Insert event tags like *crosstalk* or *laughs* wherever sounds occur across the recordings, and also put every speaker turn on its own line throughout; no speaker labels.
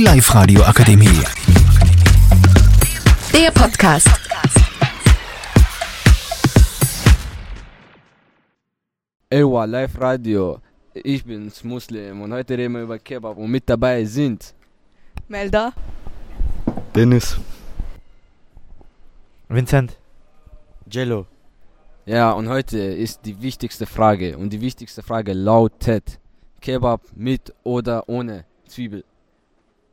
Live Radio Akademie.
Der Podcast.
Ewa, Live Radio. Ich bin's, Muslim, und heute reden wir über Kebab und mit dabei sind.
Melda.
Dennis.
Vincent.
Jello.
Ja, und heute ist die wichtigste Frage. Und die wichtigste Frage lautet: Kebab mit oder ohne Zwiebel?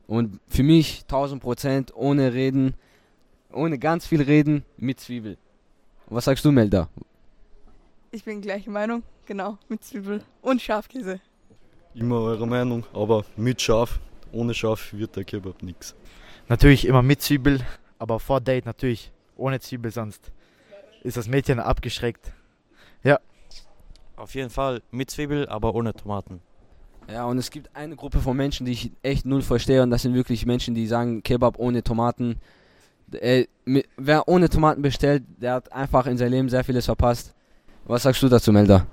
Und für mich 1000% ohne Reden, ohne ganz viel Reden mit Zwiebel. Was sagst du, Melda?
Ich bin gleiche Meinung, genau, mit Zwiebel und Schafkäse.
Immer eure Meinung, aber mit Schaf, ohne Schaf wird der Kebab nix.
Natürlich immer mit Zwiebel, aber vor Date natürlich ohne Zwiebel, sonst ist das Mädchen abgeschreckt.
Auf jeden Fall mit Zwiebel, aber ohne Tomaten.
Ja, und es gibt eine Gruppe von Menschen, die ich echt null verstehe, und das sind wirklich Menschen, die sagen, Kebab ohne Tomaten. Äh, mi- wer ohne Tomaten bestellt, der hat einfach in seinem Leben sehr vieles verpasst. Was sagst du dazu, Melda?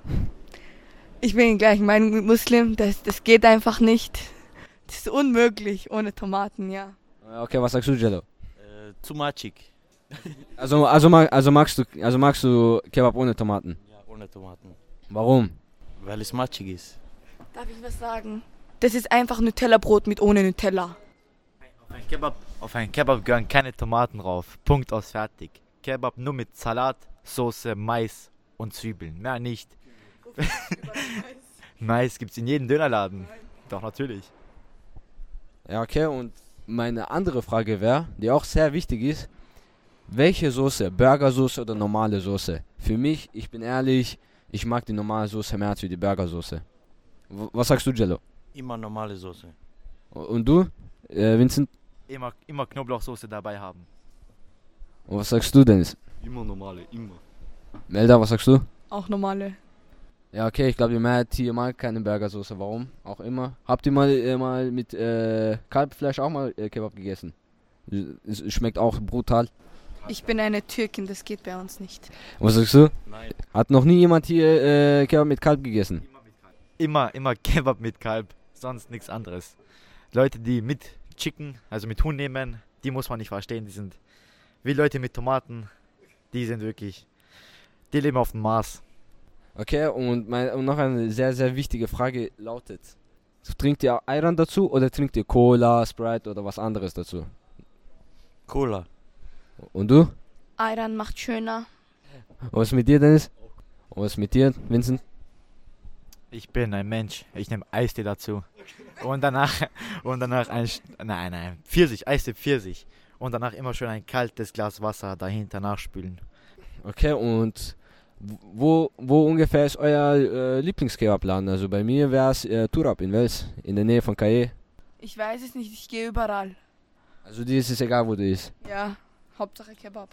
Ich bin gleiche Meinung mit Muslim, das, das geht einfach nicht. Das ist unmöglich ohne Tomaten, ja.
Äh, Okay, was sagst du, Jello?
Äh, zu matschig.
Also, also, mag- also, magst du, also magst du Kebab ohne Tomaten?
Ja, ohne Tomaten.
Warum?
Weil es matschig ist.
Darf ich was sagen? Das ist einfach Nutella-Brot mit ohne Nutella.
Auf ein Kebab, auf ein Kebab gehören keine Tomaten rauf. Punkt aus fertig. Kebab nur mit Salat, Soße, Mais und Zwiebeln. Mehr nicht. Mais gibt's in jedem Dönerladen. Doch natürlich.
Ja, okay, und meine andere Frage wäre, die auch sehr wichtig ist, welche Soße, Burgersoße oder normale Soße? Für mich, ich bin ehrlich, ich mag die normale Soße mehr als die Burgersoße. W- Was sagst du, Jello?
Immer normale Soße.
O- Und du, äh, Vincent?
Immer, immer Knoblauchsoße dabei haben.
Und was sagst du, Dennis?
Immer normale, immer.
Melda, was sagst du?
Auch normale.
Ja, okay, ich glaube, die Mehrheit hier mag keine Burgersoße. Warum? Auch immer. Habt ihr mal, äh, mal mit äh, Kalbfleisch auch mal äh, Kebab gegessen? Es es schmeckt auch brutal.
Ich bin eine Türkin, das geht bei uns nicht.
Was sagst du?
Nein.
Hat noch nie jemand hier äh, Kebab mit Kalb gegessen?
Immer, immer *laughs* Kebab mit Kalb. Sonst nichts anderes. Leute, die mit Chicken, also mit Huhn nehmen, die muss man nicht verstehen. Die sind wie Leute mit Tomaten. Die sind wirklich. Die leben auf dem Mars.
Okay, und, mein, und noch eine sehr, sehr wichtige Frage lautet: Trinkt ihr Ayran dazu oder trinkt ihr Cola, Sprite oder was anderes dazu?
Cola.
Und du?
Ayran macht schöner.
Und was mit dir, Dennis? Und was mit dir, Vincent?
Ich bin ein Mensch. Ich nehme Eistee dazu. Und danach, *laughs* und danach ein, Sch- nein, nein, Pfirsich, Eistee Pfirsich. Und danach immer schön ein kaltes Glas Wasser dahinter nachspülen.
Okay, und wo, wo ungefähr ist euer äh, Lieblingskebabladen? Also bei mir wäre es äh, Turab in Wels, in der Nähe von Kaye.
Ich weiß es nicht, ich gehe überall.
Also dir ist es egal, wo du ist.
Ja, Hauptsache Kebab.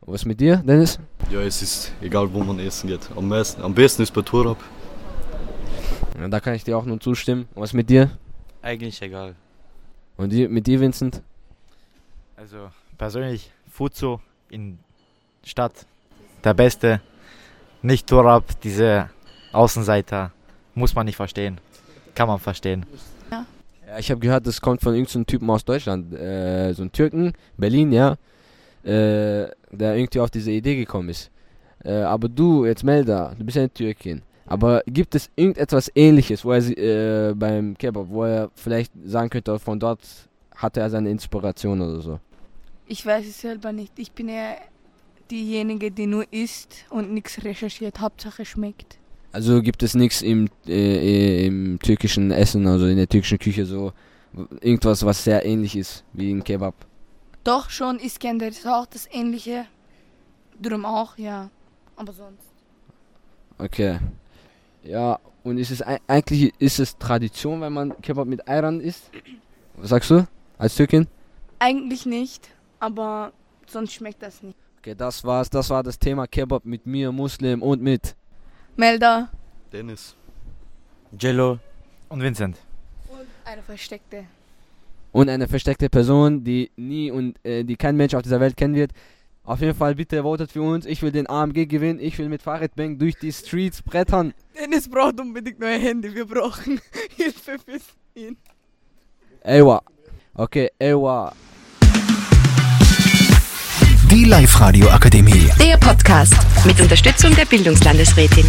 Und was mit dir, Dennis?
Ja, es ist egal, wo man essen geht. Am, meisten, am besten ist bei Turab.
Ja, da kann ich dir auch nur zustimmen. Und was mit dir?
Eigentlich egal.
Und die, mit dir, Vincent?
Also persönlich, Fuzo in Stadt, der Beste. Nicht Torab, diese Außenseiter. Muss man nicht verstehen. Kann man verstehen.
Ja, ich habe gehört, das kommt von irgendeinem Typen aus Deutschland. Äh, so ein Türken, Berlin, ja. Äh, der irgendwie auf diese Idee gekommen ist. Äh, aber du, jetzt Melda, du bist ja eine Türkin. Aber gibt es irgendetwas ähnliches, wo er sie- äh, beim Kebab, wo er vielleicht sagen könnte, von dort hatte er seine Inspiration oder so?
Ich weiß es selber nicht. Ich bin eher diejenige, die nur isst und nichts recherchiert. Hauptsache schmeckt.
Also gibt es nichts im, äh, im türkischen Essen, also in der türkischen Küche so, irgendwas, was sehr ähnlich ist wie ein Kebab.
Doch schon Iskender ist auch das ähnliche. Drum auch, ja. Aber sonst.
Okay. Ja, und ist es ei- eigentlich ist es Tradition, wenn man Kebab mit Ayran isst? Was sagst du? Als Türkin?
Eigentlich nicht, aber sonst schmeckt das nicht.
Okay, das war's. Das war das Thema Kebab mit mir, Muslim und mit.
Melda.
Dennis.
Jello.
Und Vincent,
Und eine versteckte.
Und eine versteckte Person, die nie und äh, die kein Mensch auf dieser Welt kennen wird. Auf jeden Fall bitte votet für uns. Ich will den AMG gewinnen. Ich will mit Farid Bang durch die Streets brettern.
Dennis braucht unbedingt neue Hände. Wir brauchen Hilfe für ihn.
Ey, wa. Okay, Ewa.
Die Live-Radio Akademie.
Der Podcast mit Unterstützung der Bildungslandesrätin.